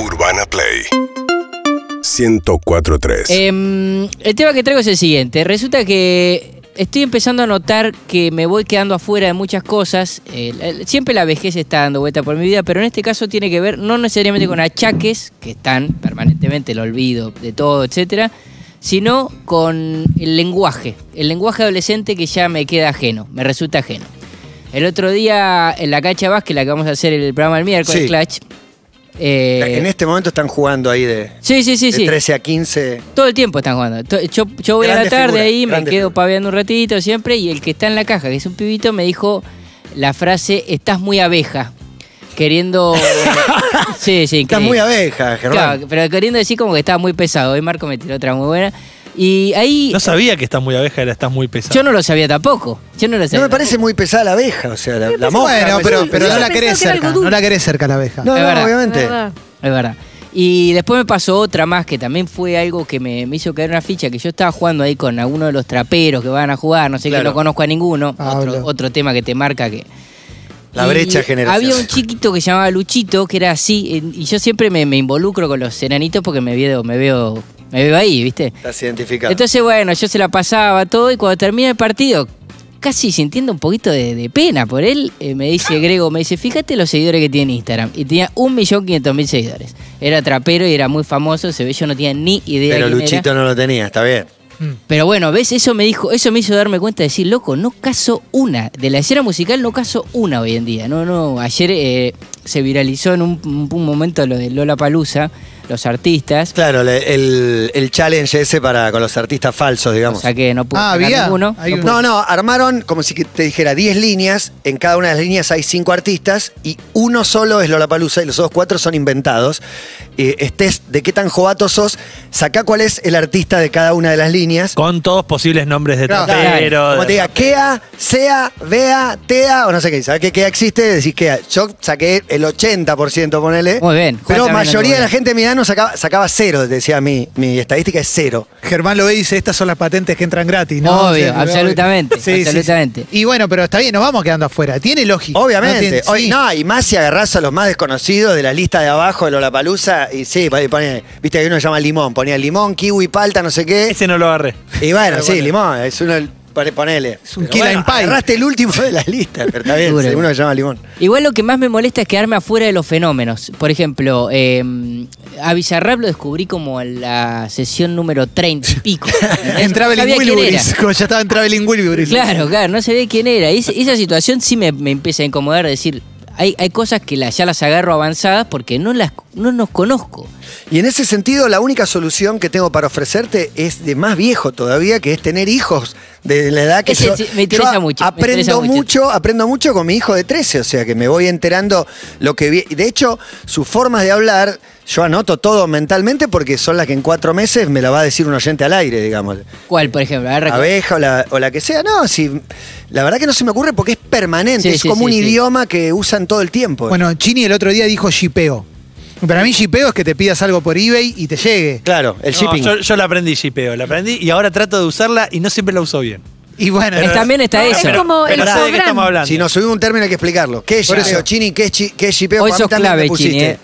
Urbana Play 104.3 Em, el tema que traigo es el siguiente. Resulta que estoy empezando a notar que me voy quedando afuera de muchas cosas. Eh, la- siempre la vejez está dando vuelta por mi vida, pero en este caso tiene que ver no necesariamente con achaques, que están permanentemente, el olvido de todo, etcétera, sino con el lenguaje. El lenguaje adolescente que ya me queda ajeno, me resulta ajeno. El otro día en la cancha Vázquez, la que vamos a hacer el programa el miércoles, Sí. Clutch. eh, en este momento están jugando ahí de, sí, sí, sí, de sí. 13 a 15. Todo el tiempo están jugando. To- Yo, yo voy a la Grandes tarde figuras, ahí, me grandes quedo figuras. paveando un ratito siempre, y el que está en la caja, que es un pibito, me dijo la frase, estás muy abeja, queriendo... sí, sí, Estás increíble. muy abeja, Germán. Claro, pero queriendo decir como que estaba muy pesado. Hoy Marco me tiró otra muy buena. Y ahí... No sabía que estás muy abeja, era estás muy pesado. yo no lo sabía tampoco. Yo no lo sabía. no me parece muy pesada la abeja, o sea, la, la mosca. Bueno, me- pero, pero me- no la pensaba querés que era cerca. algo dulce. No la querés cerca la abeja. No, Es no, verdad. obviamente. ¿Verdad? Es verdad. Y después me pasó otra más que también fue algo que me, me hizo caer una ficha, que yo estaba jugando ahí con alguno de los traperos que van a jugar, no sé que Claro. Ah, no conozco a ninguno, Pablo. otro, otro tema que te marca que... La Y brecha generacional. Había un chiquito que se llamaba Luchito, que era así, en- y yo siempre me, me involucro con los enanitos porque me veo, me veo, me veo ahí, ¿viste? Estás identificado. Entonces, bueno, yo se la pasaba todo y cuando termina el partido, casi sintiendo un poquito de, de pena por él, eh, me dice Grego, me dice, fíjate los seguidores que tiene Instagram. Y tenía 1.500.000 seguidores. Era trapero y era muy famoso, se ve, yo no tenía ni idea pero de quién era. Luchito no lo tenía, está bien. Pero bueno, ves, eso me dijo, eso me hizo darme cuenta de decir, loco, no caso una. De la escena musical no caso una hoy en día. No, no. Ayer eh, se viralizó en un, un momento lo de Lola Palusa, los artistas. Claro, le- el, el challenge ese para con los artistas falsos, O digamos. sea que no pude Ah, sacar había. ninguno. Hay un- No, no, armaron como si que te dijera 10 líneas, en cada una de las líneas hay 5 artistas y uno solo es Lollapalooza y los otros 4 son inventados. Eh, estés de qué tan jovato sos, sacá cuál es el artista de cada una de las líneas. Con todos posibles nombres de Claro. trapero. Como de- te diga, Kea, Sea, Vea, Tea, o no sé qué, ¿sabes qué Kea existe? Decís Kea. Yo saqué el 80%, ponele. Muy bien. Pero Justamente mayoría lo de la que- gente de mi edad no sacaba, sacaba cero, decía mi, mi estadística es cero. Germán lo ve y dice, estas son las patentes que entran gratis, ¿no? Obvio, O sea, absolutamente, absolutamente. Y bueno, pero está bien, nos vamos quedando afuera. Tiene lógica. Obviamente. No tiene- Hoy, sí. no, y más si agarrás a los más desconocidos de la lista de abajo de Lollapalooza y sí, pone, pone- viste que uno llama limón, ponía limón, kiwi, palta, no sé qué. Ese no lo agarré. Y bueno, sí, limón, es uno, pone- ponele. Es un killer and pie. Agarraste el último de la lista, pero está bien, Seguro. sí, uno que llama limón. Igual lo que más me molesta es quedarme afuera de los fenómenos. Por ejemplo, eh, a Bizarrap lo descubrí como en la sesión número 30 y pico. En No Traveling sabía quién era. Wilburys. Como ya estaba en Traveling Wilburys. Claro, claro, no sabía quién era. Es- esa situación sí me, me empieza a incomodar, decir, hay, hay cosas que las- ya las agarro avanzadas porque no las no nos conozco. Y en ese sentido, la única solución que tengo para ofrecerte es de más viejo todavía, que es tener hijos de la edad que Ese yo- sí, me interesa yo mucho, me Aprendo interesa mucho. mucho. aprendo mucho con mi hijo de 13, o sea que me voy enterando lo que vi. y De hecho, sus formas de hablar, yo anoto todo mentalmente porque son las que en cuatro meses me la va a decir un oyente al aire, digamos. ¿Cuál, por ejemplo? A ver, recu- Abeja o la, o la que sea. No, si, la verdad que no se me ocurre porque es permanente, Sí, es sí, como un sí, sí. idioma que usan todo el tiempo. Bueno, Chini el otro día dijo shipeo. Para mí shipeo es que te pidas algo por eBay y te llegue. claro, el No, shipping. yo, yo la aprendí, shipeo. La aprendí y ahora trato de usarla y no siempre la uso bien. Y bueno, Es- también está No, es eso. como- el pero sé de qué sobrante. estamos hablando. Si nos subimos un término hay que explicarlo. ¿Qué es Por shipeo, eso. Chini? ¿Qué es, chi- qué es shipeo? Hoy A mí sos también me clave, pusiste. Chini, eh.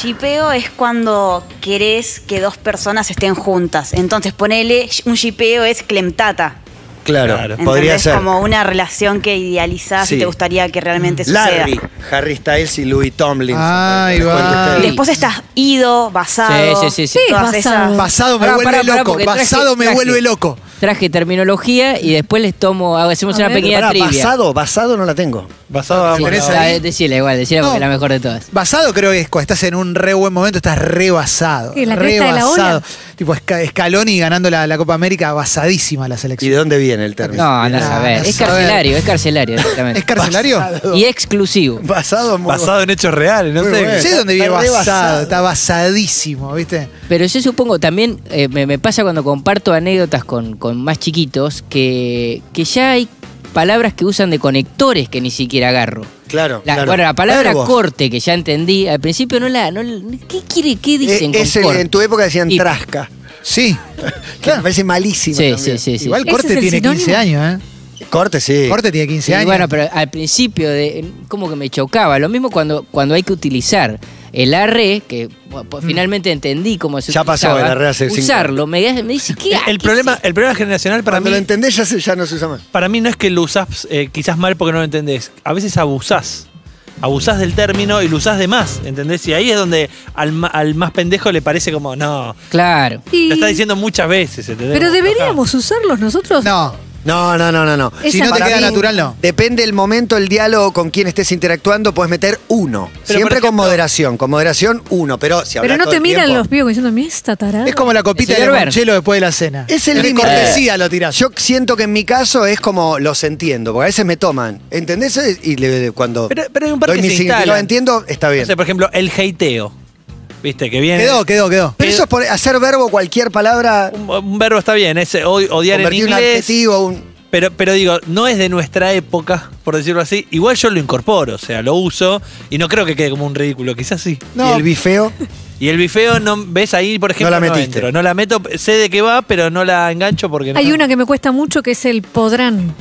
Shipeo es cuando querés que dos personas estén juntas. Entonces, ponele, un shipeo es clemtata. Claro, Claro. podría ¿entendés? ser. como una relación que idealizás Sí. Mm. y te gustaría que realmente suceda. Larry, Harry Styles y Louis Tomlinson. Ahí Les cuento va. a ustedes. Después estás ido, basado. Sí, sí, sí, sí. Sí, todas basado. esas- basado me Pará, vuelve pará, pará, loco. porque traje- basado me traje- vuelve loco. Traje terminología y después les tomo, hacemos A una ver. pequeña Pará, trivia. basado, basado no la tengo. Basado a Sí, una- tenés ahí. La- decila igual, decila porque es No. la mejor de todas. Basado creo que es cuando estás en un re buen momento, estás rebasado. Sí, la cresta de la ola. Tipo Esca- Scaloni ganando la, la Copa América, basadísima la ¿Y selección. de dónde viene el término? No, no Ah, sabés. no Es saber. carcelario, es carcelario directamente. ¿Es carcelario? y exclusivo. Basado, muy Basado en hechos reales, no Muy sé. bueno. sé dónde viene Está basado, rebasado. está basadísimo, ¿viste? Pero yo supongo también, eh, me, me pasa cuando comparto anécdotas con, con más chiquitos, que, que ya hay palabras que usan de conectores que ni siquiera agarro. Claro, La- claro. Bueno, la palabra Verbos. corte que ya entendí, al principio no la... No, la- ¿Qué quiere? ¿Qué dicen Eh, con es el- corte? en tu época decían Y- trasca. Sí. Claro, me parece malísimo. Sí, sí, también. sí, sí. Igual ¿Ese Corte es el tiene 15 sinónimo? años, Corte, sí. ¿eh? Corte tiene 15 Y años. bueno, pero al principio de, como que me chocaba. Lo mismo cuando, cuando hay que utilizar. el arre, que bueno, pues, finalmente entendí cómo se Mm. Ya pasó utilizaba, el arre hace cinco Usarlo, me, me dice, ¿qué? El, ¿Qué el es problema, el problema generacional para Cuando lo mí, entendés ya, se- ya no se usa más. para mí no es que lo usás eh, quizás mal porque no lo entendés. A veces abusás. Abusás del término y lo usás de más, ¿entendés? Y ahí es donde al, ma- al más pendejo le parece como, no, Claro. Y- lo está diciendo muchas veces, ¿entendés? pero Como, "Ajá". deberíamos usarlos nosotros. No, No, no, no, no, no. Esa- si no te Para queda mí, natural, no. Depende el momento, el diálogo con quien estés interactuando, puedes meter uno. Pero, por Siempre con ejemplo- moderación, con moderación uno, pero si Pero hablas no todo te el miran tiempo- los pibos diciendo, mira esta tarada. es como la copita El de señor Bern. limonchelo después de la cena. Es el De límite. cortesía lo tirás. Yo siento que en mi caso es como los entiendo, porque a veces me toman. ¿Entendés? Eh, Y le- cuando Pero- pero hay un par doy que mi se significado, instalan. entiendo, está bien. O sea, por ejemplo, el heiteo. ¿Viste? Que viene. quedó, quedó, quedó. pero eso es por hacer verbo cualquier palabra, Un, un verbo está bien, ese o- odiar en convertir un inglés. adjetivo, un. Pero, pero digo, no es de nuestra época, por decirlo así. Igual yo lo incorporo, o sea, lo uso y no creo que quede como un ridículo, quizás sí. Y el bifeo. Y el bifeo, no, ves ahí, por ejemplo, No la metiste. entro. No la meto, sé de qué va, pero no la engancho porque no. Hay una que me cuesta mucho que es el podrán.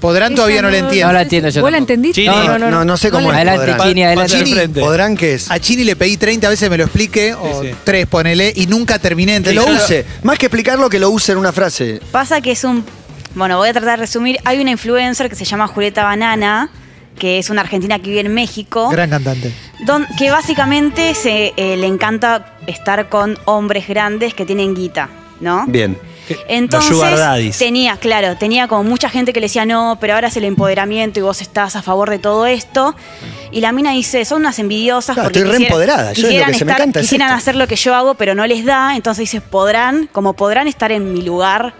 Podrán todavía no, le entiendo. No la entiendo yo ¿Vos la tampoco. entendiste? Chini. No, no, no, no sé cómo es. Adelante, podrán. Chini, adelante. Pasa de frente. ¿Podrán qué es? A Chini le pedí 30 veces me lo explique, o sí. tres ponele, y nunca terminé. Que ¿entendés? lo Yo no- use. Más que explicarlo, que lo use en una frase. Pasa que es un. Bueno, voy a tratar de resumir. Hay una influencer que se llama Julieta Banana, que es una argentina que vive en México. Gran cantante. Don- que básicamente se eh, le encanta estar con hombres grandes que tienen guita, ¿no? Bien. Que- los sugar Entonces daddies. tenía, claro, tenía como mucha gente que le decía no, pero ahora es el empoderamiento y vos estás a favor de todo esto. Y la mina dice, son unas envidiosas Claro, porque estoy re quisieran- empoderada, yo es lo quisieran que se me estar- encanta, es quisieran esto. hacer lo que yo hago, pero no les da. Entonces dice, podrán, como podrán estar en mi lugar.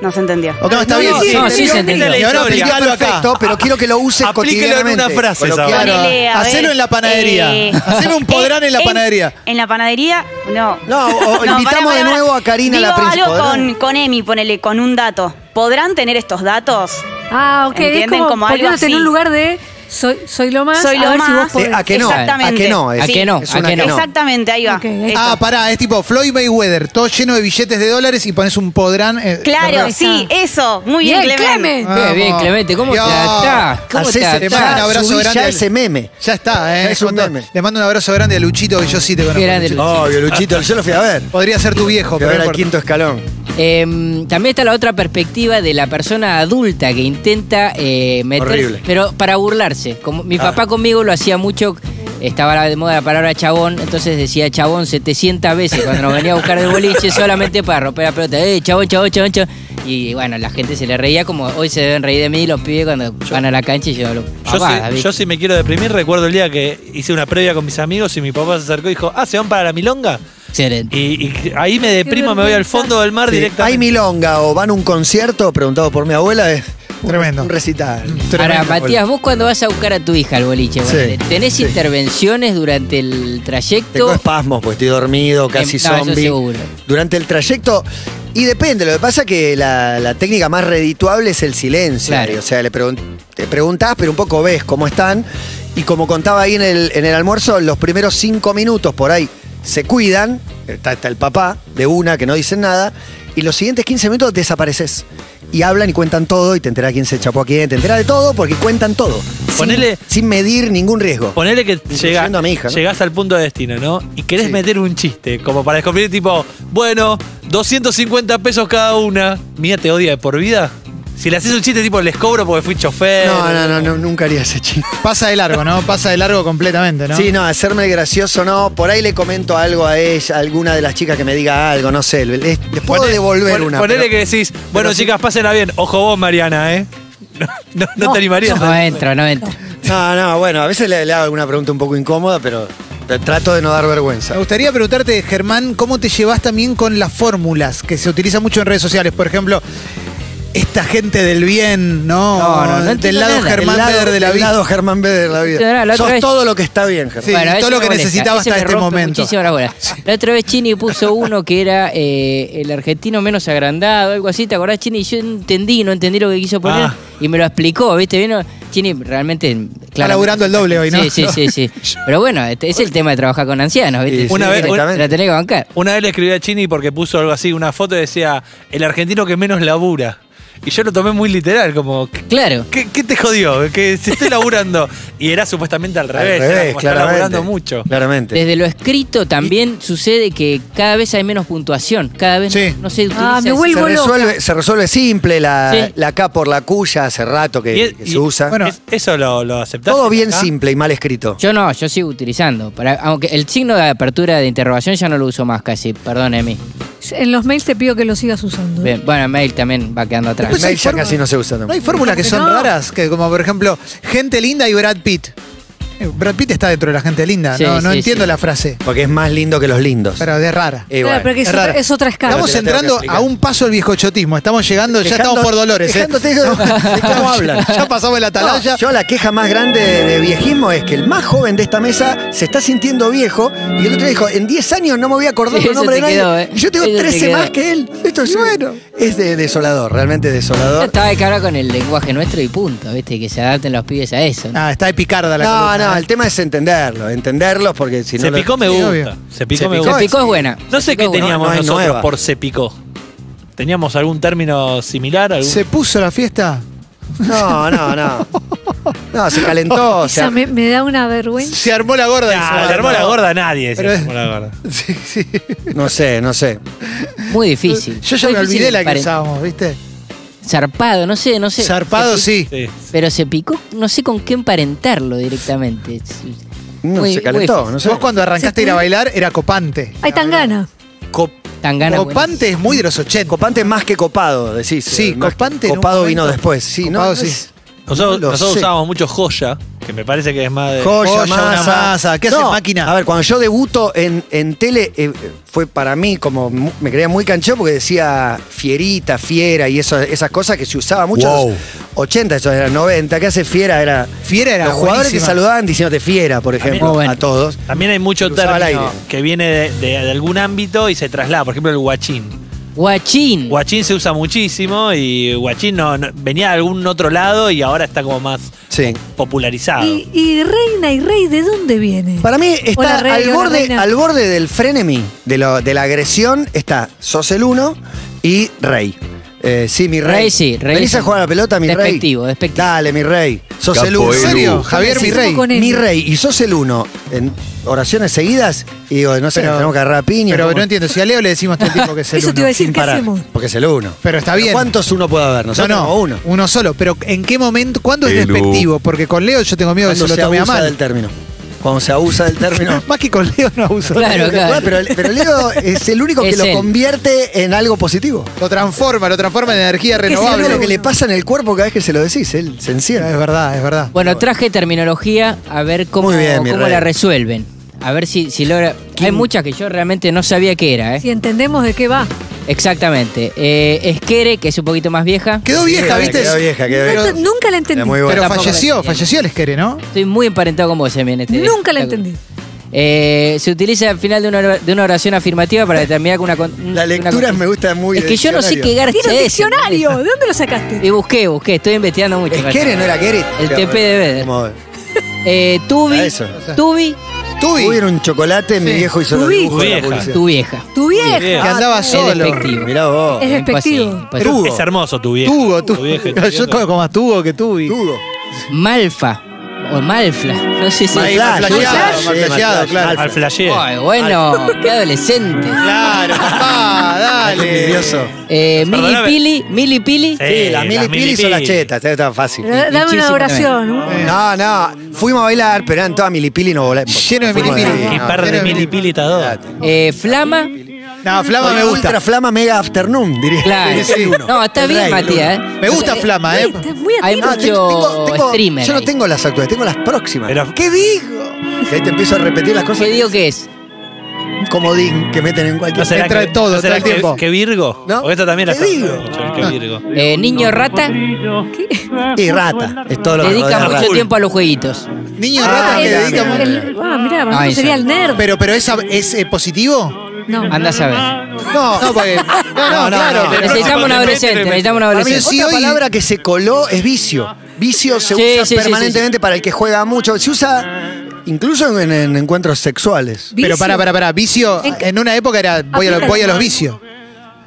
No se entendió. Ok, está no, bien. no, sí, no, entendió. sí se entendió. Y ahora Historia. aplicalo acá. Perfecto, pero quiero que lo use Aplíquelo en cotidianamente. una frase, Coloquial. Saúl. Claro. Ponele, a Hacelo ver, eh, en la panadería. Haceme un podrán en la panadería. En, la panadería, no. No, o- o invitamos pará, pará, de pará. nuevo a Karina, Digo la príncipe, algo ¿podrán? con, con Emi, ponele, con un dato. ¿Podrán tener estos datos? Ah, ok. Es ¿Entienden? como, Como algo poniéndote en así. un lugar de soy, soy lo más. Soy a lo ver si vos más. podés. Eh, ¿A que no? Exactamente. ¿A que no? Es- ¿A que no? es ¿A una que no? Ah, Exactamente, ahí va. Ok, ahí Eso. Ah, pará, es tipo Floyd Mayweather, todo lleno de billetes de dólares y pones un podrán. eh, claro, Correcto. sí, eso. Muy bien, Bien, Clemente. Clemen. Vamos. Bien, bien, Clemente, ¿cómo Dios. te atás? ¿Cómo te Hacés- Le mando un atás? abrazo Subí grande. ya al- ese meme. Ya está, ¿eh? Es un Cuando- meme. Le mando un abrazo grande a Luchito, que yo sí te conozco. Qué grande, Luchito. Oh, Luchito, yo lo fui a ver. Podría ser tu viejo, Fui a pero ver no al importa. quinto escalón. Eh, también está la otra perspectiva de la persona adulta que intenta eh, meter, Horrible. pero para burlarse. Como mi Ah. papá conmigo lo hacía mucho, estaba de moda la palabra chabón, entonces decía chabón 700 veces cuando nos venía a buscar del boliche solamente para romper la pelota. Eh, chabón, chabón, chabón, chabón. Y bueno, la gente se le reía como hoy se deben reír de mí los pibes cuando van a la cancha y yo lo Yo, pavada, si, ¿viste? yo si me quiero deprimir, recuerdo el día que hice una previa con mis amigos y mi papá se acercó y dijo, ah, ¿se van para la milonga? Excelente. Y, y ahí me deprimo, me voy al fondo del mar Sí. directamente. Hay milonga o van a un concierto, preguntado por mi abuela, es un- Tremendo. un recital. Ahora, Tremendo. Matías, vos cuando vas a buscar a tu hija al boliche, Sí, ponele, ¿tenés sí. intervenciones durante el Tengo trayecto? espasmos, pues estoy dormido, casi Em, no, eso zombie. seguro. Durante el trayecto. Y depende, lo que pasa es que la, la técnica más redituable es el silencio. Claro. O sea, le pregun- te preguntás, pero un poco ves cómo están. Y como contaba ahí en el, en el almuerzo, los primeros cinco minutos por ahí se cuidan. Está, está el papá de una que no dicen nada. Y los siguientes 15 minutos desapareces. Y hablan y cuentan todo. Y te enterás quién se chapó a quién. Te enterás de todo porque cuentan todo. sin- Ponele- Sin, medir ningún riesgo. Ponele que llega- a mi hija, ¿no? llegás al punto de destino, ¿no? Y querés Sí. meter un chiste, como para descubrir, tipo, bueno, 250 pesos cada una. Mía te odia de por vida. Si le haces un chiste, tipo, les cobro porque fui chofer. No, no, no, no, nunca haría ese chiste. Pasa de largo, ¿no? Pasa de largo completamente, ¿no? Sí, no, hacerme el gracioso no. Por ahí le comento algo a ella, a alguna de las chicas que me diga algo, no sé. Les, les puedo Poné- devolver pon- una. Ponele pero- que decís, bueno, sí- chicas, pásenla bien. Ojo vos, Mariana, ¿eh? No, no, no eh. te animarías. No entro, no entro. No, no, bueno, a veces le, le hago alguna pregunta un poco incómoda, pero te- trato de no dar vergüenza. Me gustaría preguntarte, Germán, ¿cómo te llevas también con las fórmulas que se utilizan mucho en redes sociales? Por ejemplo, esta gente del bien, ¿no? No, no, no del entiendo lado nada. Germán El lado- Beder de la el vida. lado Germán Beder de la No, no, vida. la otra Sos vez- todo lo que está bien, Germán. Sí, Bueno, todo eso lo me que molesta, necesitaba eso hasta me este rompe momento. muchísimo las bolas. La otra vez Chini puso uno que era eh, el argentino menos agrandado, algo así, ¿te acordás Chini? Yo entendí, no entendí lo que quiso poner Ah. y me lo explicó, ¿viste? Vino Chini realmente... claramente- laburando el doble hoy, ¿no? Sí, sí, sí, sí. Pero bueno, este es el tema de trabajar con ancianos, ¿viste? Sí, sí, Una vez- exactamente. La tenés que bancar. Una vez le escribí a Chini porque puso algo así, una foto y decía, el argentino que menos labura. Y yo lo tomé muy literal, como, ¿qué, Claro. qué- qué te jodió? Que si estoy laburando. Y era supuestamente al Al revés, era revés, como, "Estás claramente. laburando mucho. Claramente. Desde lo escrito también sucede que cada vez hay menos puntuación, cada vez Sí. no se utiliza. Ah, me ese- vuelvo se, loca. resuelve, se resuelve simple la, Sí. la K por la cuya hace rato que, Y es- que y- se usa. bueno, Es- eso lo, lo aceptaste. Todo bien acá? simple y mal escrito. Yo no, yo sigo utilizando. Para, aunque el signo de apertura de interrogación ya no lo uso más casi, perdóneme. En los mails te pido que lo sigas usando. Bien, bueno, mail también va quedando atrás. Después- hay Mail ya forma- casi no se usa tampoco. No hay fórmulas que son No. raras, que como por ejemplo, gente linda y Brad Pitt. Eh, Brad Pitt está dentro de la gente linda, Sí, no, no sí, entiendo sí. la frase, Porque es más lindo que los lindos. pero es rara. Eh, Claro, bueno. porque es, es otra, raro. es otra escala. te Estamos la tengo que entrando explicar. a un paso del bizcochotismo, estamos llegando, ya estamos por Dolores. ¿eh? Dejándote de- de cómo hablan. Ya pasamos la atalaya. No, yo la queja más grande de, de viejismo es que el más joven de esta mesa se está sintiendo viejo y el otro le dijo, en 10 años no me voy a acordar Sí, el eso nombre de te nadie. quedó, ¿eh? Y yo tengo Eso te 13 quedó. más que él. Esto es bueno. Es de- desolador, realmente Yo desolador. estaba de cara con el lenguaje nuestro y punto, ¿viste? Que se adapten los pibes a eso. ¿no? Ah, está de picarda la No, columna, no, ¿eh? el tema es entenderlo, entenderlos porque si no... Se lo- picó me Sí, gusta. obvio. Se picó Se me picó gusta. Se picó es buena. No sé Se qué picó es buena. teníamos no hay nosotros nueva. por se picó. ¿Teníamos algún término similar? ¿Algún- ¿Se puso la fiesta? No, no, no. No, se calentó. o sea, Esa me, me da una vergüenza. Se armó la gorda. Ah, dice, le armó la no. gorda a nadie. se Pero- armó la gorda. Sí, sí. No sé, no sé. Muy difícil. Yo ya Muy me difícil olvidé la que pare- usábamos, ¿viste? Zarpado, no sé, no sé. Zarpado, Se sí. Sí. pi- Pero se picó, no sé con qué emparentarlo directamente. No, Muy- se calentó, muy- no sé. Vos cuando arrancaste a ir a bailar era copante. Hay tan Ah, gana. Cop- Tan ganas. Copante es muy de los 80. copante más que copado, decís. Sí, Eh, más- copante en un Copado momento. vino después. Sí, Copado, no, sí. es- Nosotros, No lo nosotros eh, sé. usábamos mucho joya, que me parece que es más de. Joya, Joya, una masa. masa. ¿Qué hace máquina? A ver, cuando yo debuto en, en tele, eh, fue para mí como. mu- Me creía muy canchero porque decía fierita, fiera y eso- esas cosas que se usaba mucho. en Wow. los 80, eso era 90. ¿Qué hace fiera? Era. Fiera era Los jugadores te buenísima. saludaban diciéndote fiera, por ejemplo, Muy bueno. a todos. También hay mucho Lo usaba al término aire. que viene de, de- de algún ámbito y se traslada. Por ejemplo, el guachín. Guachín. Guachín se usa muchísimo y guachín no, no- venía de algún otro lado y ahora está como más Sí. popularizado. Y, y reina y rey, ¿de dónde viene? Para mí está Hola, rey, al, hola, borde, reina. al borde del frenemy, de, lo- de la agresión, está sos el uno y rey. Eh, sí, mi rey. Rey, sí, rey, Venís a sí. jugar a la pelota, mi rey. Despectivo, despectivo. Dale, mi rey. Sos el uno. ¿En serio? Javier, mi Necesito rey. con él. Mi rey, y sos el uno. En oraciones seguidas, y digo, no sé, Pero- tenemos que agarrar a piña. Pero ¿cómo? no entiendo, si a Leo le decimos todo el tiempo que es el Eso te iba a uno. decir, ¿qué Pará, hacemos? Porque es el uno. Pero está bien. ¿Cuántos uno puede haber? No, Nosotros no, como uno. uno solo. Pero ¿en qué momento? ¿Cuándo es Elu. despectivo? Porque con Leo yo tengo miedo de que Cuando se lo se tome a abusa del mal. término. Cuando se abusa del término. Más que con Leo no abuso. Claro, claro. Bueno, Pero, pero Leo es el único que Es lo él. convierte en algo positivo. Lo transforma, lo transforma en energía se Es algo renovable. lo que le pasa en el cuerpo cada vez que se lo decís, él se Es enciende. verdad, es verdad. Bueno, traje terminología a ver cómo, Muy bien, mi cómo rey. la resuelven. A ver si, si logra. Hay muchas que yo realmente no sabía qué era, ¿eh? Si entendemos de qué va. Exactamente. Eh, Esquere, que es un poquito más vieja. Quedó vieja, ¿viste? Quedó vieja, quedó Pero- vieja. No, nunca la entendí. Era muy buena. Pero Tampoco la Ah, falleció, entendí. falleció el Esquere, ¿no? Estoy muy emparentado con vos, Emi, en este. Nunca la entendí. Eh, se utiliza al final de una, or- de una oración afirmativa para determinar una. con- La una lectura con- me gusta muy Es que yo no sé qué garcha Tiene un es. diccionario. ¿De dónde lo sacaste? Y busqué, busqué, estoy investigando mucho. Es Kere, no era Kere. El TP de Beder. Como- Eh, tubi, A eso. tubi, Tuvi era un chocolate, mi viejo hizo los Tubi. dibujos de la Vieja. publicidad. tu vieja. Eh, Tu bien. vieja. Que andaba Ah, solo. Es despectivo. Mirá vos. Es despectivo. Imposible, imposible. Tubo. Es hermoso tu viejo. Tugo, tugo. Tu viejo, tu Yo viejo. como más tugo que tubi. Tugo. Malfa o malfla. No sé si. Mal- Ay, flash, flash, mal sí, flasheado, mal claro. flash. Al flashé. bueno, qué adolescente. Claro, papá, Qué dale. envidioso. Eh, Perdóname. milipili, milipili. Sí, la mili pili hizo las chetas, estaba fácil. Pero Dame una Muchísimo oración. No, ¿no? no, fuimos a bailar, pero eran todas milipili y no volamos. Lleno de milipili. Qué No, par de pero- milipilitador. Eh, flama. No, Flama me Ultra gusta. flama mega afternoon, diría. Claro. Sí, sí. No, está El bien, rey, Matías. ¿eh? Me gusta Flama, ¿eh? Estás muy Hay atento. mucho streamer Yo no ahí. tengo las actuales, tengo las próximas. Pero- ¿Qué digo? Que ahí te empiezo a repetir las cosas. ¿Qué digo que es? Como Din, que meten en cualquier. ¿No será Entra que, en todo, ¿no será todo el que- tiempo. que Virgo? ¿No? Porque esta también la Te digo. el que Virgo. Eh, niño rata Y rata. Es todo lo que rodea dedica a mucho rata. tiempo a los jueguitos. Niño Ah, rata que el- dedica el- mucho. el- Ah, mirá, para Ahí mí sería está. el nerd. Pero, pero esa, ¿es eh, positivo? No. Anda a saber. No, no, porque, no, no, No, no, claro. no. pero- Necesitamos un adolescente, necesitamos un Para mí, adolescente. Sí, otra hoy- palabra que se coló es vicio. Vicio Sí, se usa sí, sí, permanentemente para el que juega mucho. Se usa incluso en, en encuentros sexuales. Pero para, para, para, vicio, En- en una época era voy a, lo- voy a los vicios.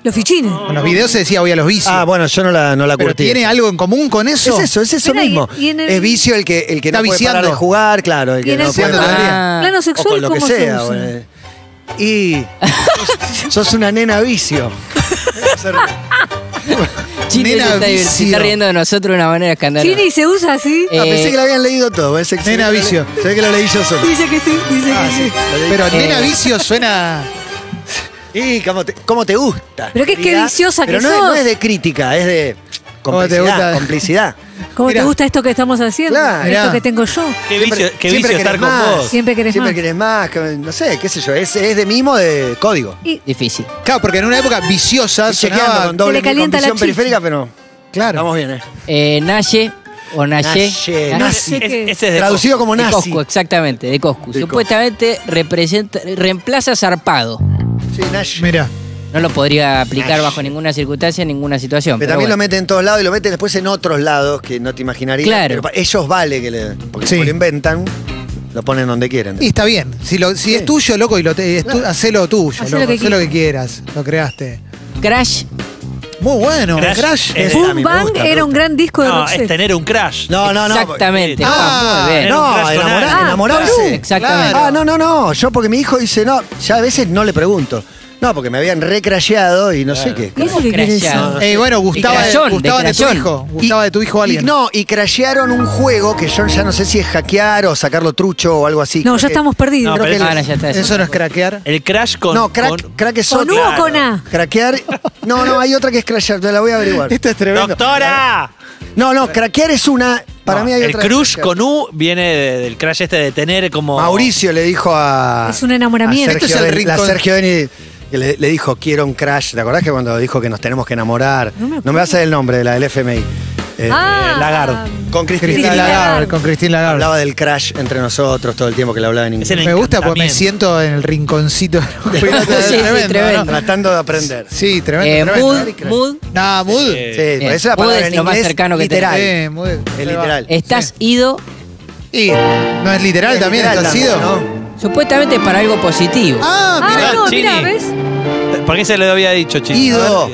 Los fichines. En los videos se decía voy a los vicios. Ah, bueno, yo no la, no la pero curtí. ¿tiene algo en común con eso? Es eso, es eso Mira, y- mismo. y en el- Es vicio el que, el que no Está puede parar de viciando. jugar, claro. El Y que en no el puede plano- parar. Ah. plano O con sexual, lo ¿cómo que sea. se usa? güey. Y sos una nena vicio. Ah, Chini se Nena está, divir- se vicio. está riendo de nosotros de una manera escandalosa. Chini, ¿se usa así? Eh, Ah, pensé que la habían leído todo. Pensé que- Nena se ve que vicio. la- Se ve que la leí yo solo. Ah, Dice que sí, dice que sí. Pero nena vicio suena. Y cómo te, cómo te gusta. Pero que es que Diga, viciosa pero que no es- sos. no es de crítica, es de ¿Cómo te complicidad. gusta? complicidad. ¿Cómo Mirá. te gusta esto que estamos haciendo? Claro. esto Mirá. que tengo yo. Siempre- Qué vicio, siempre qué vicio estar querés con más. vos. Siempre querés Siempre más. querés más, que- no sé, qué sé yo, es, es de mimo de código. Y Difícil. Claro, porque en una época viciosa Estoy chequeando sonaba. con doble Se le calienta la convicción chicha. periférica, pero Claro. vamos bien, ¿eh? Eh, Naye o Naye. Naye, Naye. no nazi. sé Es- qué. ese es de Traducido como De nazi. Coscu, exactamente, de Coscu. De Coscu. Supuestamente representa, reemplaza zarpado. Sí, Nash. Mira. No lo podría aplicar Naye. bajo ninguna circunstancia, ninguna situación. Pero pero también lo bueno. meten en todos lados y lo meten después en otros lados que no te imaginarías. Claro. Pero pa- ellos vale que le. Porque Sí. si lo inventan, lo ponen donde quieren. Y está bien. Si, lo, si es tuyo, loco, y lo te, es tu- hacelo tuyo, Hacé loco. lo que Hacé lo que quieras. Lo creaste. Crash, Muy bueno. Crash. Crash. Eh, a Boom mí me Bang gusta, me era un gusta. gran disco de No, este es Roxette. tener un crash. No, no, no. exactamente. Ah, Juan, muy bien. Era un No, crash con enamora- alguien. enamorarse. Ah, Exactamente. Ah, no, no, no. Yo porque mi hijo dice, no, ya a veces no le pregunto. No, porque me habían recrasheado y no sé qué. ¿Qué es lo que Crasheado. quieres decir? Eh, bueno, gustaba, de, crashón, de gustaba de tu crashón. hijo. Gustaba de tu hijo alguien. Y no, y crashearon un juego que yo ya no sé si es hackear o sacarlo trucho o algo así. No, Creo ya que- estamos perdidos. No, pero Ah, no, ya está. Eso no es craquear. El crash con. No, crack, con- crack es ¿Con U otro. o con A? Craquear. No, no, hay otra que es crashear, te la voy a averiguar. Esto es tremendo. ¡Doctora! No, no, craquear es una. Para No, mí hay el otra. crush crashear. con U viene de- del crash este de tener como. Mauricio le dijo a. Es un enamoramiento. a Sergio Esto es el Deni- la rincón. Sergio Deni que le, le dijo, quiero un crash. ¿Te acordás que cuando dijo que nos tenemos que enamorar? No me acuerdo. No me vas a dar el nombre de la del FMI. Eh, Ah. Lagarde. Con Cristina Cristina Cristina Lagarde, Lagarde. Con Cristina Lagarde. hablaba del crash entre nosotros todo el tiempo que le hablaba en Es el inglés. Me gusta porque me encantamiento. siento en el rinconcito. de los juguetes. Sí, sí, Tremendo, tremendo. ¿no? Tratando de aprender. Sí, Sí, tremendo. Eh, tremendo. mood, mood, Nah, mood. Eh, esa bien. es la Vos palabra es en lo más inglés. cercano que literal. Eh, mood. Es literal. estás ido Y no es literal Es también, literal estás también, ido. ¿no? supuestamente para algo positivo. Ah, mira. Ah, Mirá, no, Chini. mira, ¿ves? ¿Por qué se lo había dicho, chicos? Ido.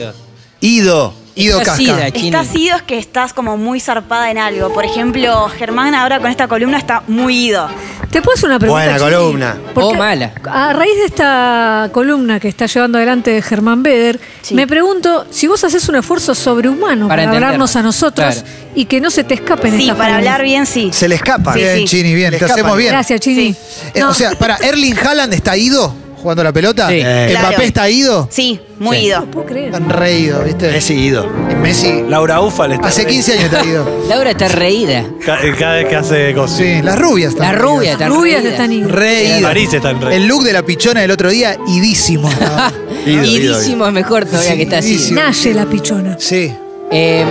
Ido. Ido Estás Casca. ida, Chini. Estás ido es que estás como muy zarpada en algo. Por ejemplo, Germán ahora con esta columna está muy ido. Te puedo hacer una pregunta. Buena Chini? columna. Porque O mala. A raíz de esta columna que está llevando adelante Germán Beder, Sí. me pregunto si vos haces un esfuerzo sobrehumano Para para, entendernos. hablarnos a nosotros Claro. y que no se te escapen Sí, estas para palabras. hablar bien sí. Se le escapa. Sí, Bien, sí. Chini, bien. Le Te escapan. hacemos bien. Gracias, Chini. Sí. Eh, No. O sea, para Erling Haaland está ido jugando la pelota. Sí. Eh, Claro. Mbappé está ido. Sí, muy Sí. no ido. puedo creer. Han reído, ¿viste? Es ido. Messi. Laura Ufa le está. Hace 15 años está ido. Laura está reída. Ca- Cada vez que hace cosas. Sí, las rubias La están. rubia está Las rubias reída. están idas. Reído. París está en El look de la pichona del otro día, idísimo. estaba. Ido, ido, Idísimo es mejor todavía que está así. Sí. Naye la pichona. sí. Eh,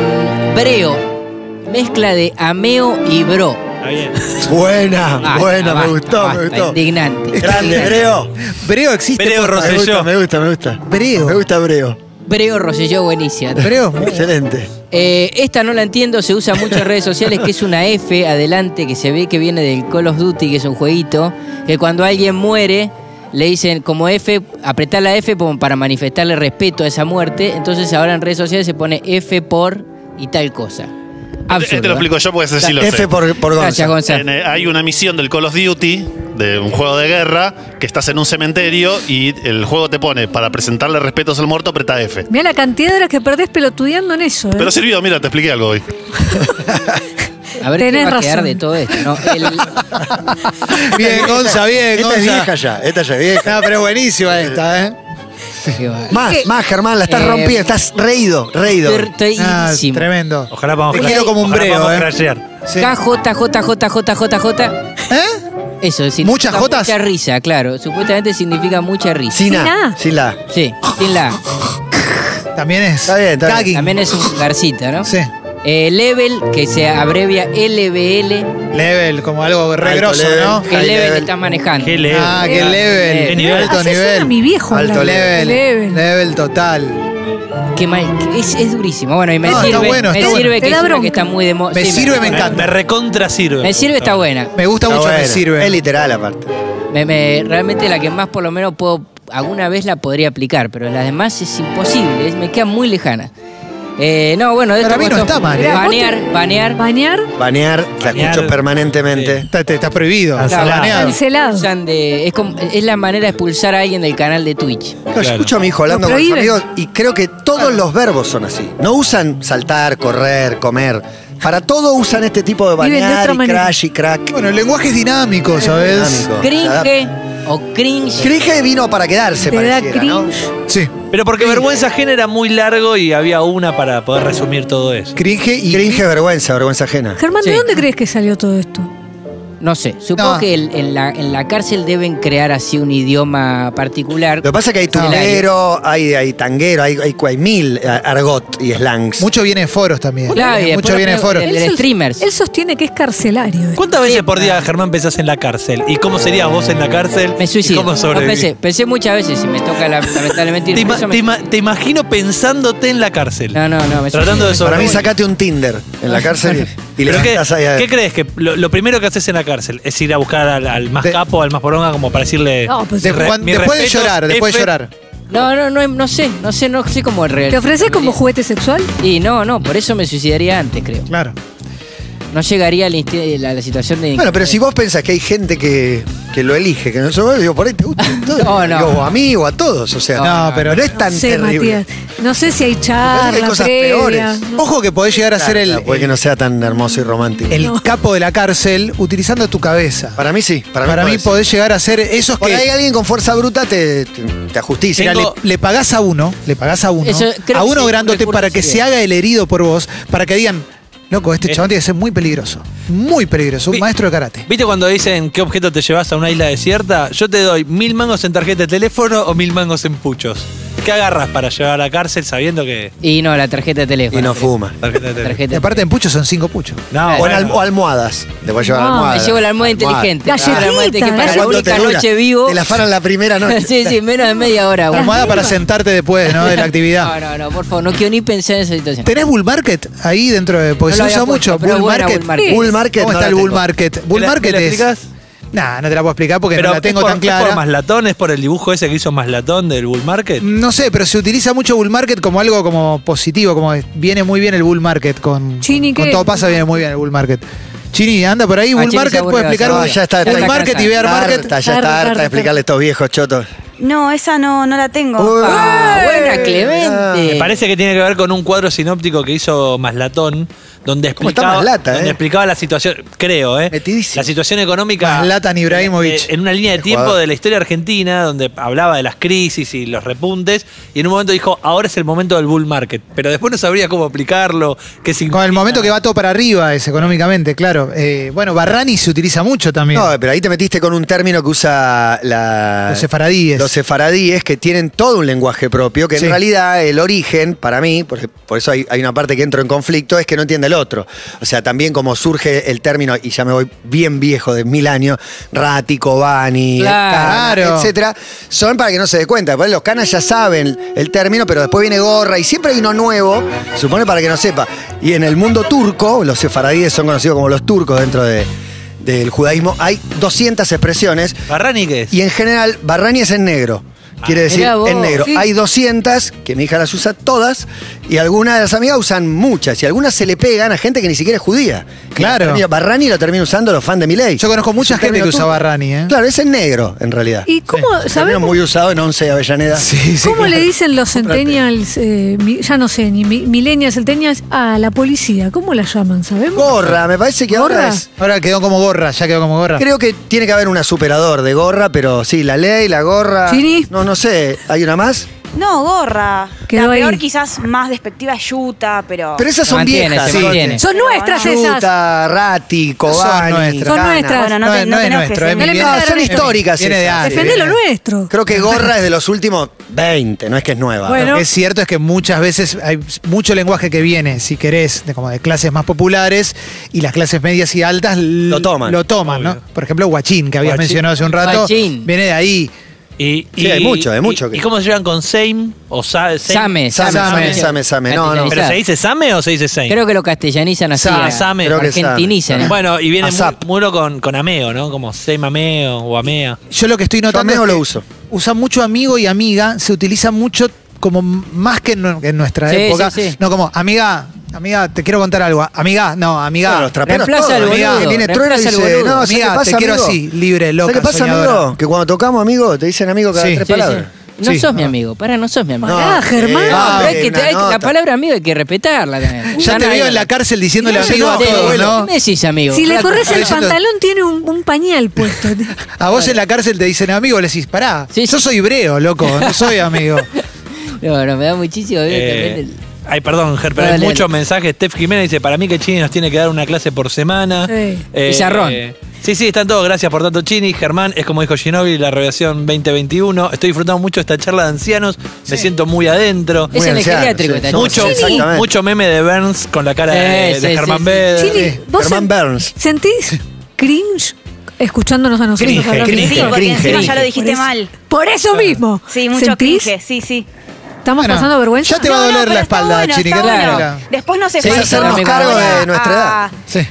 breo. Mezcla de ameo y bro. Está bien. Buena, Basta, buena, basta, me gustó, basta, me gustó. Indignante. Grande, Breo. Breo existe. Breo por- Rosselló. Me gusta, yo. me gusta, me gusta. Breo. Me gusta Breo. Breo Rosselló, buenísima. Breo. Excelente. Eh, esta no la entiendo, se usa mucho en redes sociales, que es una F adelante, que se ve que viene del Call of Duty, que es un jueguito, que cuando alguien muere, le dicen como F, apretar la F como para manifestarle respeto a esa muerte, entonces ahora en redes sociales se pone F por y tal cosa. Este Absurdo. ¿eh? te lo explico yo porque ese sí lo F sé. por, por Gracias, Gonza. Gonzalo. En, eh, hay una misión del Call of Duty, de un juego de guerra, que estás en un cementerio y el juego te pone, para presentarle respetos al muerto, Apreta F. Mira la cantidad de horas que perdés pelotudeando en eso. ¿eh? Pero sirvió, mira, te expliqué algo hoy. A ver Tenés qué va a quedar razón. de todo esto. ¿no? El- Bien, Gonza, bien, Esta Gonza. es vieja ya, esta ya es vieja. No, pero buenísima esta, ¿eh? qué va. Más, ¿Qué? más, Germán, la estás Eh, rompiendo, estás reído, reído. Estoy- estoy Ah, idísimo. tremendo. Ojalá vamos Te quiero como un breo, Vamos eh. Sí. KJJJJJ. ¿Eh? Eso, significa ¿Muchas jotas? Mucha risa, claro. Supuestamente significa mucha risa. Sin Sin A, A. sin la. Sí, sin la A. También es. Está bien, está bien. gagging. También es un garcita, ¿no? Sí. Eh, level, que se abrevia LBL. Level, como algo re Alto grosso, level. ¿no? ¿Qué High level, level. estás manejando? Qué leve. Ah, qué Level. level. Qué nivel, nivel. alto Hace suena a mi nivel. viejo. Alto hablar. Level. Level. Level total. Qué mal. que- Es, es durísimo. Bueno, y me No, está sirve. bueno, me está bueno. sirve Te que, da es una bronca. que está muy de moda. Me sirve, me encanta. Me recontra sirve. Me sirve, está buena. Me gusta Está mucho, me buena. sirve. Es literal, aparte. Me- me- realmente la que más, por lo menos, puedo alguna vez la podría aplicar, pero las demás es imposible, es- me queda muy lejana. Eh, no, bueno, de Para esto mí no cuento- está mal, ¿eh? Banear, banear. Bañar, Banear, la Banear. escucho permanentemente. Está, está- está prohibido. Está está baneado. cancelado. expulsan de- es, como- es la manera de expulsar a alguien del canal de Twitch. No, yo Claro. escucho a mi hijo hablando Lo con sus prohíben. amigos y creo que todos los verbos son así. No usan saltar, correr, comer. Para todo usan este tipo de Viven de bañar otra y manera. crash y crack. Bueno, el lenguaje es dinámico, ¿sabes? Dinámico. Cringe o cringe. Cringe vino para quedarse, Te da pareciera, ¿no? cringe. Sí. Pero porque vergüenza ajena era muy largo y había una para poder resumir todo eso. Cringe y. Cringe, vergüenza, vergüenza ajena. Germán, ¿de Sí. dónde crees que salió todo esto? No sé, supongo No. que el- en, la, en la cárcel deben crear así un idioma particular. Lo que pasa es que hay tubero, hay, hay tanguero, hay, hay, hay mil eh, argot y slangs. Mucho viene de foros también. Claro, y Mucho después viene de me- foros. El de Él sos- streamers. Él sostiene que es carcelario. ¿Cuántas veces por día, Germán, pensás en la cárcel? ¿Y cómo serías vos en la cárcel? Me ¿Y suicido. cómo No sobrevivís? pensé, pensé muchas veces y me toca la- lamentablemente ir Te, ima- preso, me- te ima- te imagino pensándote en la cárcel. No, no, no. me Tratando de suicido. Para mí, sobrevivir. sacate un Tinder en la cárcel y le ¿Pero qué, estás ahí a- qué crees? ¿Que lo, lo primero que haces en la cárcel es ir a buscar al, al más De- capo, al más poronga, como para decirle... No, pues De- Re- cuan- mi después de respeto, llorar, después de F. llorar. No, no, no, no sé, no sé, no sé cómo es real. ¿Te ofreces como juguete sexual? Y no, no, por eso me suicidaría antes, creo. Claro. No llegaría a la, insti- eh, la- la situación de. Bueno, pero si vos pensás que hay gente que, que lo elige, que no se digo, por ahí te gusta. todo. No, no. Digo, o a mí o a todos, o sea. No, pero- no es tan no sé, terrible. Matías. No sé si hay parece que hay charla, cosas previa. peores. no- Ojo que podés llegar a ser el, Eh, Claro, puede que no sea tan hermoso y romántico. el capo de la cárcel utilizando tu cabeza. para mí sí, para mí, Para mí puede ser. podés llegar a ser esos Por ahí que alguien con fuerza bruta te, te, te ajusticia. mira, le, le pagás a uno, le pagás a uno, Eso, creo a que sí, uno un grandote recurso para que sería. se haga el herido por vos, para que digan, loco, este Eh. chabón tiene que ser muy peligroso, muy peligroso, un Vi- maestro de karate. ¿Viste cuando dicen qué objeto te llevas a una isla desierta? Yo te doy mil mangos en tarjeta de teléfono o mil mangos en puchos. ¿Qué agarras para llevar a la cárcel sabiendo que Y no, la tarjeta de teléfono. Y no fuma. tarjeta de teléfono? Tarjeta Y de aparte en pucho son cinco puchos. No, O, en al- bueno. o almohadas. Te voy a llevar No, me almohadas. Me llevo la almohada inteligente. Galletita, Claro, la almohada inteligente galletita. para la ¿Cuánto te única dura? noche vivo. Te la faran la primera noche. sí, sí, menos de media hora. güey. Almohada para sentarte después, ¿no? De la No, actividad. no, no, por favor, no quiero ni pensar en esa situación. ¿Tenés bull market ahí dentro de.? Porque No se lo usa había puesto, mucho. pero Bull buena market. bull market. Bull market, ¿Cómo no está la el bull tengo. market? Bull ¿Me la- market me la es. explicás? Nah, no te la puedo explicar porque no la ¿es tengo por- tan ¿Es por clara. Maslatón? ¿Es por el dibujo ese que hizo Maslatón del Bull Market? No sé, pero se utiliza mucho bull market como algo como positivo, como es- viene muy bien el bull market con Chini, con ¿qué? todo pasa viene muy bien el bull market. Chini, anda por ahí, Ah, bull Chini se market puede aburrió, explicar se un- aburrió. Ya está, bull está market y cansado. bear market. Tarta, ya Tarta, está harta tarta. de explicarle a estos viejos chotos. No, esa no, no la tengo. Ah, buena, Ah, Clemente. Me parece que tiene que ver con un cuadro sinóptico que hizo Maslatón, donde ¿Cómo está explicaba, Maslata, donde eh? explicaba la situación, creo, ¿eh? Metidísimo. La situación económica. Maslatan Ibrahimovic. eh, En una línea de El tiempo jugador. de la historia argentina, donde hablaba de las crisis y los repuntes, y en un momento dijo, ahora es el momento del bull market. Pero después no sabría cómo aplicarlo, qué significa. Con el momento que va todo para arriba es económicamente, claro. Eh, bueno, Barrani se utiliza mucho también. No, pero ahí te metiste con un término que usa la- Los sefaradíes. Los sefaradíes que tienen todo un lenguaje propio, que Sí. en realidad el origen, para mí, porque por eso hay, hay una parte que entro en conflicto, es que no entiende el otro. O sea, también como surge el término, y ya me voy bien viejo de mil años, Rati, Cobani, Claro. Cana, etcétera, son para que no se dé cuenta. Porque los canas ya saben el término, pero después viene gorra y siempre hay uno nuevo, supone para que no sepa. Y en el mundo turco, los sefaradíes son conocidos como los turcos dentro de- del judaísmo, hay 200 expresiones ¿Barrani qué es? y en general, Barrani es en negro. Quiere decir, mirá vos, en negro. Ah, sí. Hay 200, que mi hija las usa todas, y algunas de las amigas usan muchas, y algunas se le pegan a gente que ni siquiera es judía. Claro. Y termina- Barrani lo termina usando los fans de Milei. Yo conozco mucha Es un gente término que usa turco. Barrani, ¿eh? Claro, es en negro, en realidad. ¿Y cómo Termino sabemos? muy usado en 11 de Avellaneda. Sí, sí, ¿Cómo claro. le dicen los centennials, eh, mi- ya no sé, ni mi- millennials, centennials, a la policía? ¿Cómo la llaman? ¿Sabemos? Gorra, me parece que ahora Gorra. es... Ahora quedó como gorra, ya quedó como gorra. Creo que tiene que haber una superador de gorra, pero sí, la ley, la gorra... Chini. No, no sé, ¿hay una más? No, gorra. Quedó la peor ahí. quizás más despectiva es yuta, pero... Pero esas Se son mantiene, viejas. se ¿no? mantiene. Son nuestras esas. Chuta, Rati, Cobani, Son nuestras. Son Cana. nuestras. Ah, Bueno, no, No, te- es- no no te es enojes, nuestro, es ¿eh? mi No le vieja. No, son Viene- históricas viene de esas. antes. Defende lo nuestro. Creo que Gorra es de los últimos 20, no es que es nueva. Bueno. Lo que es cierto es que muchas veces hay mucho lenguaje que viene, si querés, de, como de clases más populares y las clases medias y altas l- Lo toman. Lo toman, ¿no? Por ejemplo, Guachín, que habías Guachín. mencionado hace un rato, Guachín. viene de ahí. Y, Sí, y- hay mucho, hay mucho y- que- ¿Y cómo se llevan con Same o Sa- Same, Same? Same, Same, Same, Same. No, no. ¿Pero se dice Same o se dice Same? Creo que lo castellanizan así. Sa- a- Same. Creo que Argentinizan. Same. Bueno, y viene mu- ASAP. muro con, con Ameo, ¿no? Como Same Ameo o Amea. Yo lo que estoy Yo notando. Ameo es que lo uso. usa mucho amigo y amiga, se utiliza mucho como más que en, nu- en nuestra Sí, época. sí, sí. No como, amiga, amiga, te quiero contar algo. Amiga, no, amiga. Claro, los traperos Reemplaza todos, al amiga, boludo, que viene trueno y reemplaza al dice, boludo. no, ¿sabes Amiga, qué te pasa, quiero amigo? así, libre, ¿Sabes loca, qué pasa, soñadora? amigo? Que cuando tocamos, amigo, te dicen amigo cada Sí. tres Sí, palabras. sí. No Sí. sos mi amigo, pará, no sos mi amigo. Pará, Germán. eh, No, pero hay eh, que- una hay- la nota. palabra amigo hay que respetarla. también. Ya te nadie- veo en la cárcel diciéndole Mirá, amigo a no, Sí, todos, abuelo. ¿no? ¿Qué me decís, amigo? Si le Flaco. corres el Yo siento- pantalón, tiene un, un pañal puesto. A vos en la cárcel te dicen amigo, le decís, pará, Sí, yo sí. soy hebreo, loco, no soy amigo. No, no, me da muchísimo. Eh, también el- Ay, perdón, Ger, pero Dale, hay dale. muchos mensajes. Steph Jiménez dice, para mí que Chini nos tiene que dar una clase por semana. Eh, Sí. Pizarrón. sí, sí, están todos. Gracias por tanto, Chini. Germán, es como dijo Ginobili, la revelación 2021. Estoy disfrutando mucho esta charla de ancianos. Me siento muy adentro. Es en el anciano, geriátrico, sí. está Somos- Mucho, Exactamente. Ah, mucho meme de Burns con la cara Sí, de, sí, de sí, Germán sí. Beder. Chili, ¿vos Germán sen- Burns. ¿Sentís cringe escuchándonos a nosotros Cringe, hablar de cringe, esto? Sí, porque Cringe, encima cringe. ya lo dijiste Por eso- mal. Por eso mismo. Sí, mucho ¿Sentís? cringe, sí, sí. ¿Estamos Bueno, pasando vergüenza? ya te va a No, no, doler pero la está espalda, bueno, Chini, está que te bueno. duela. Después no se Sí, fue hacernos cargo de nuestra Ah. edad. Sí.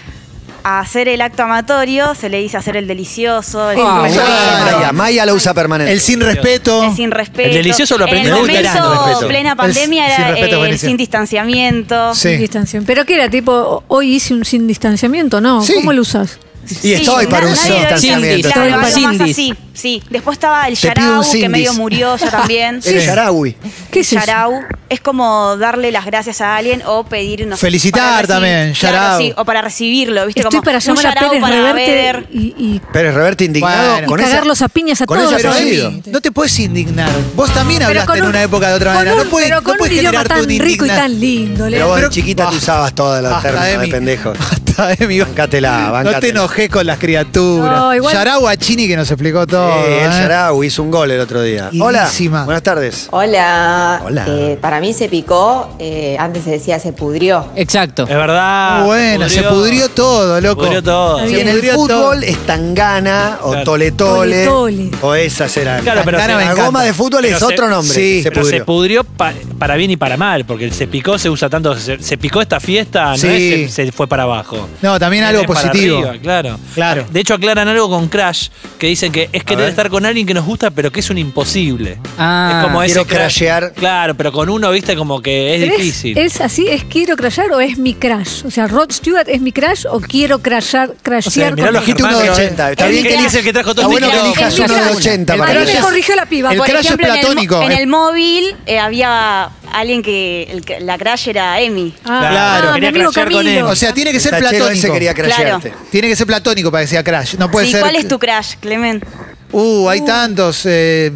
A hacer el acto amatorio, se le dice hacer el delicioso, el, Ah, inconveniente, Ah, bueno. Maya, Maya lo usa permanente. El sin respeto. el sin respeto. El delicioso lo aprendí. En el Me gusta el momento, sin respeto. plena pandemia, El sin era eh, respeto, el buenísimo. sin distanciamiento. Sí. Sin distanciamiento. ¿Pero qué era? Tipo, hoy hice un sin distanciamiento, ¿no? Sí. ¿Cómo lo usas? Y estoy para un nadie lo hizo. distanciamiento. Claro, Estoy algo para- más Sindis. así, sí. Después estaba el Te pido un Yarau, que Sindis. medio murió ya también. El Sarawi. ¿Qué es eso? Yarau es como darle las gracias a alguien o pedir unos Felicitar para reci- también, claro, yarau. sí, o para recibirlo, ¿viste? Estoy como para un llamar a yarau Pérez para Reverte ver. y, y Pérez Reverte indignado Bueno. con Y esa- cagarlos a piñas a con todos, ese Pero, a Emi, apellido. Emi. no te puedes indignar. Vos también Pero hablaste con en un- una época de otra con manera. un- no puedes, pero no con puedes un idioma generar tu tan rico y indigna- tan lindo. Pero vos de Pero- chiquita te Bah. usabas todos los Basta, términos de Emi. pendejos. Basta, Emi. Bancátela, No te bancátela. enojes con las criaturas. No, igual- Yarau Achini que nos explicó Sí, todo. el ¿eh? Sarawi hizo un gol el otro día. Hola. Lindísima. Buenas tardes. Hola. Hola. Eh, para mí se picó, eh, antes se decía se pudrió. Exacto. Es verdad. Bueno, se pudrió todo, loco. Pudrió todo. Está Si bien. en el Pudrió fútbol es tangana o Claro. toletole Tole, tole. o esas eran. Claro, pero Tangana se- me la encanta. goma de fútbol Pero es se- otro nombre. sí, se Pero pudrió. se pudrió pa- para bien y para mal, porque el se picó se usa tanto, se, se picó esta fiesta, no Sí. es se, se fue para abajo. No, también Viene algo para positivo. arriba, claro. Claro. De hecho, aclaran algo con Crash, que dicen que es querer ver. estar con alguien que nos gusta, pero que es un imposible. Ah, es como ese quiero cra- crashear. Claro, pero con uno, viste, como que es Pero difícil. ¿Es así? ¿Es quiero crashear o es mi crash? O sea, Rod Stewart es mi crash o quiero crashear, No crashear sé, mirá con los Ah, mi- Dijiste uno Germán, de pero- 80. Está Es bien mi que crash. él es el que trajo todo este Está bueno el que día. elijas Es mi uno de crash. 80 El para Ahora crash me es- empezar. corrigió la piba. el por crash es ejemplo, en el mo- platónico. En eh. el móvil eh, había alguien que el que- la crash era Emi. Ah, Claro, ah, mi quería amigo crashear con Camilo. él. O sea, tiene que El ser tachero ese platónico. quería crashearte. Claro. Tiene que ser platónico para que sea crash. No puede Sí, ser. ¿Cuál es tu crash, Clement? Uh, hay tantos. eh,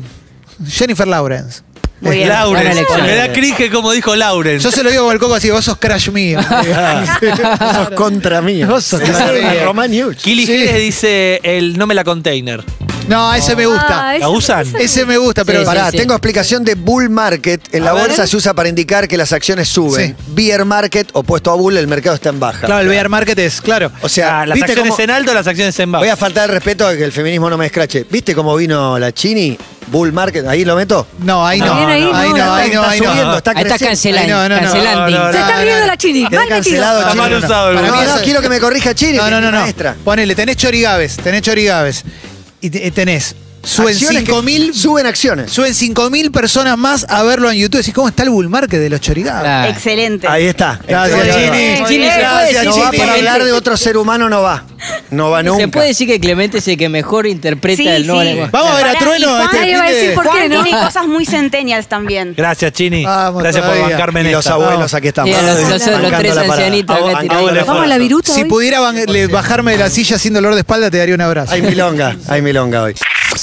Jennifer Lawrence. Muy bien. Buena Laurens. elección. Me da cringe como dijo Laurens. Yo se lo digo con el coco así, vos sos crash mío. Sos Ah. contra mí. Vos sos contra mí. Román Hughes. Kili Sí. Giles dice el no me la container. No, ese me Ah, gusta. ese- ¿La usan? ese- Ese me gusta, pero Sí, pará. Pará, tengo explicación de bull market. En la A ver. bolsa se usa para indicar que las acciones suben. Sí. Bear market, opuesto a bull, el mercado está en baja. Claro, el bear market es, claro. O sea, Ah, las ¿viste acciones cómo- en alto, las acciones en bajo. Voy a faltar el respeto a que el feminismo no me escrache. ¿Viste cómo vino la Chini? Bull market, ahí lo meto. No, ahí no. Ah, No, Ahí no, no, ahí no, no. ahí no. Está subiendo, está Ahí está cancelando. creciendo. Ay, no, no, no. cancelando. No, no, Se no. está riendo la chini. Quedé Mal metido. cancelado, Está Chini. mal no, no. usado el Para No, mí no, es- quiero que me corrija Chini. No, que no, es no, mi no. Maestra. Ponele, tenés chorigaves, tenés chorigaves. Y te- eh, tenés. Suben Acciones que 5000 Suben acciones. Suben 5.000 personas más a verlo en YouTube. Decís, ¿cómo está el bull market de los chorigaves? Claro. Excelente. Ahí está. Gracias, Entonces, Chini. no va. Chini, Chini, se gracias, puede decir No va que- para hablar de otro ser humano, no va. No va nunca. Se puede decir que Clemente es el que mejor interpreta Sí, el nuevo sí. lenguaje. Vamos a ver a Pará, Trueno. y Juan- este Nadie va a fin de- decir por qué, Juan ¿no? tiene cosas muy centennials también. Gracias, Chini. Vamos Gracias por todavía. bancarme en Y los esta. abuelos aquí Sí, estamos. los- los- los Bancando tres la parada. ancianitos acá Hago- tirados. hago el Vamos a la esfuerzo. viruta Si hoy. pudiera ban- le- bajarme de la silla sin dolor de espalda, te daría un abrazo. Hay milonga, hay milonga hoy.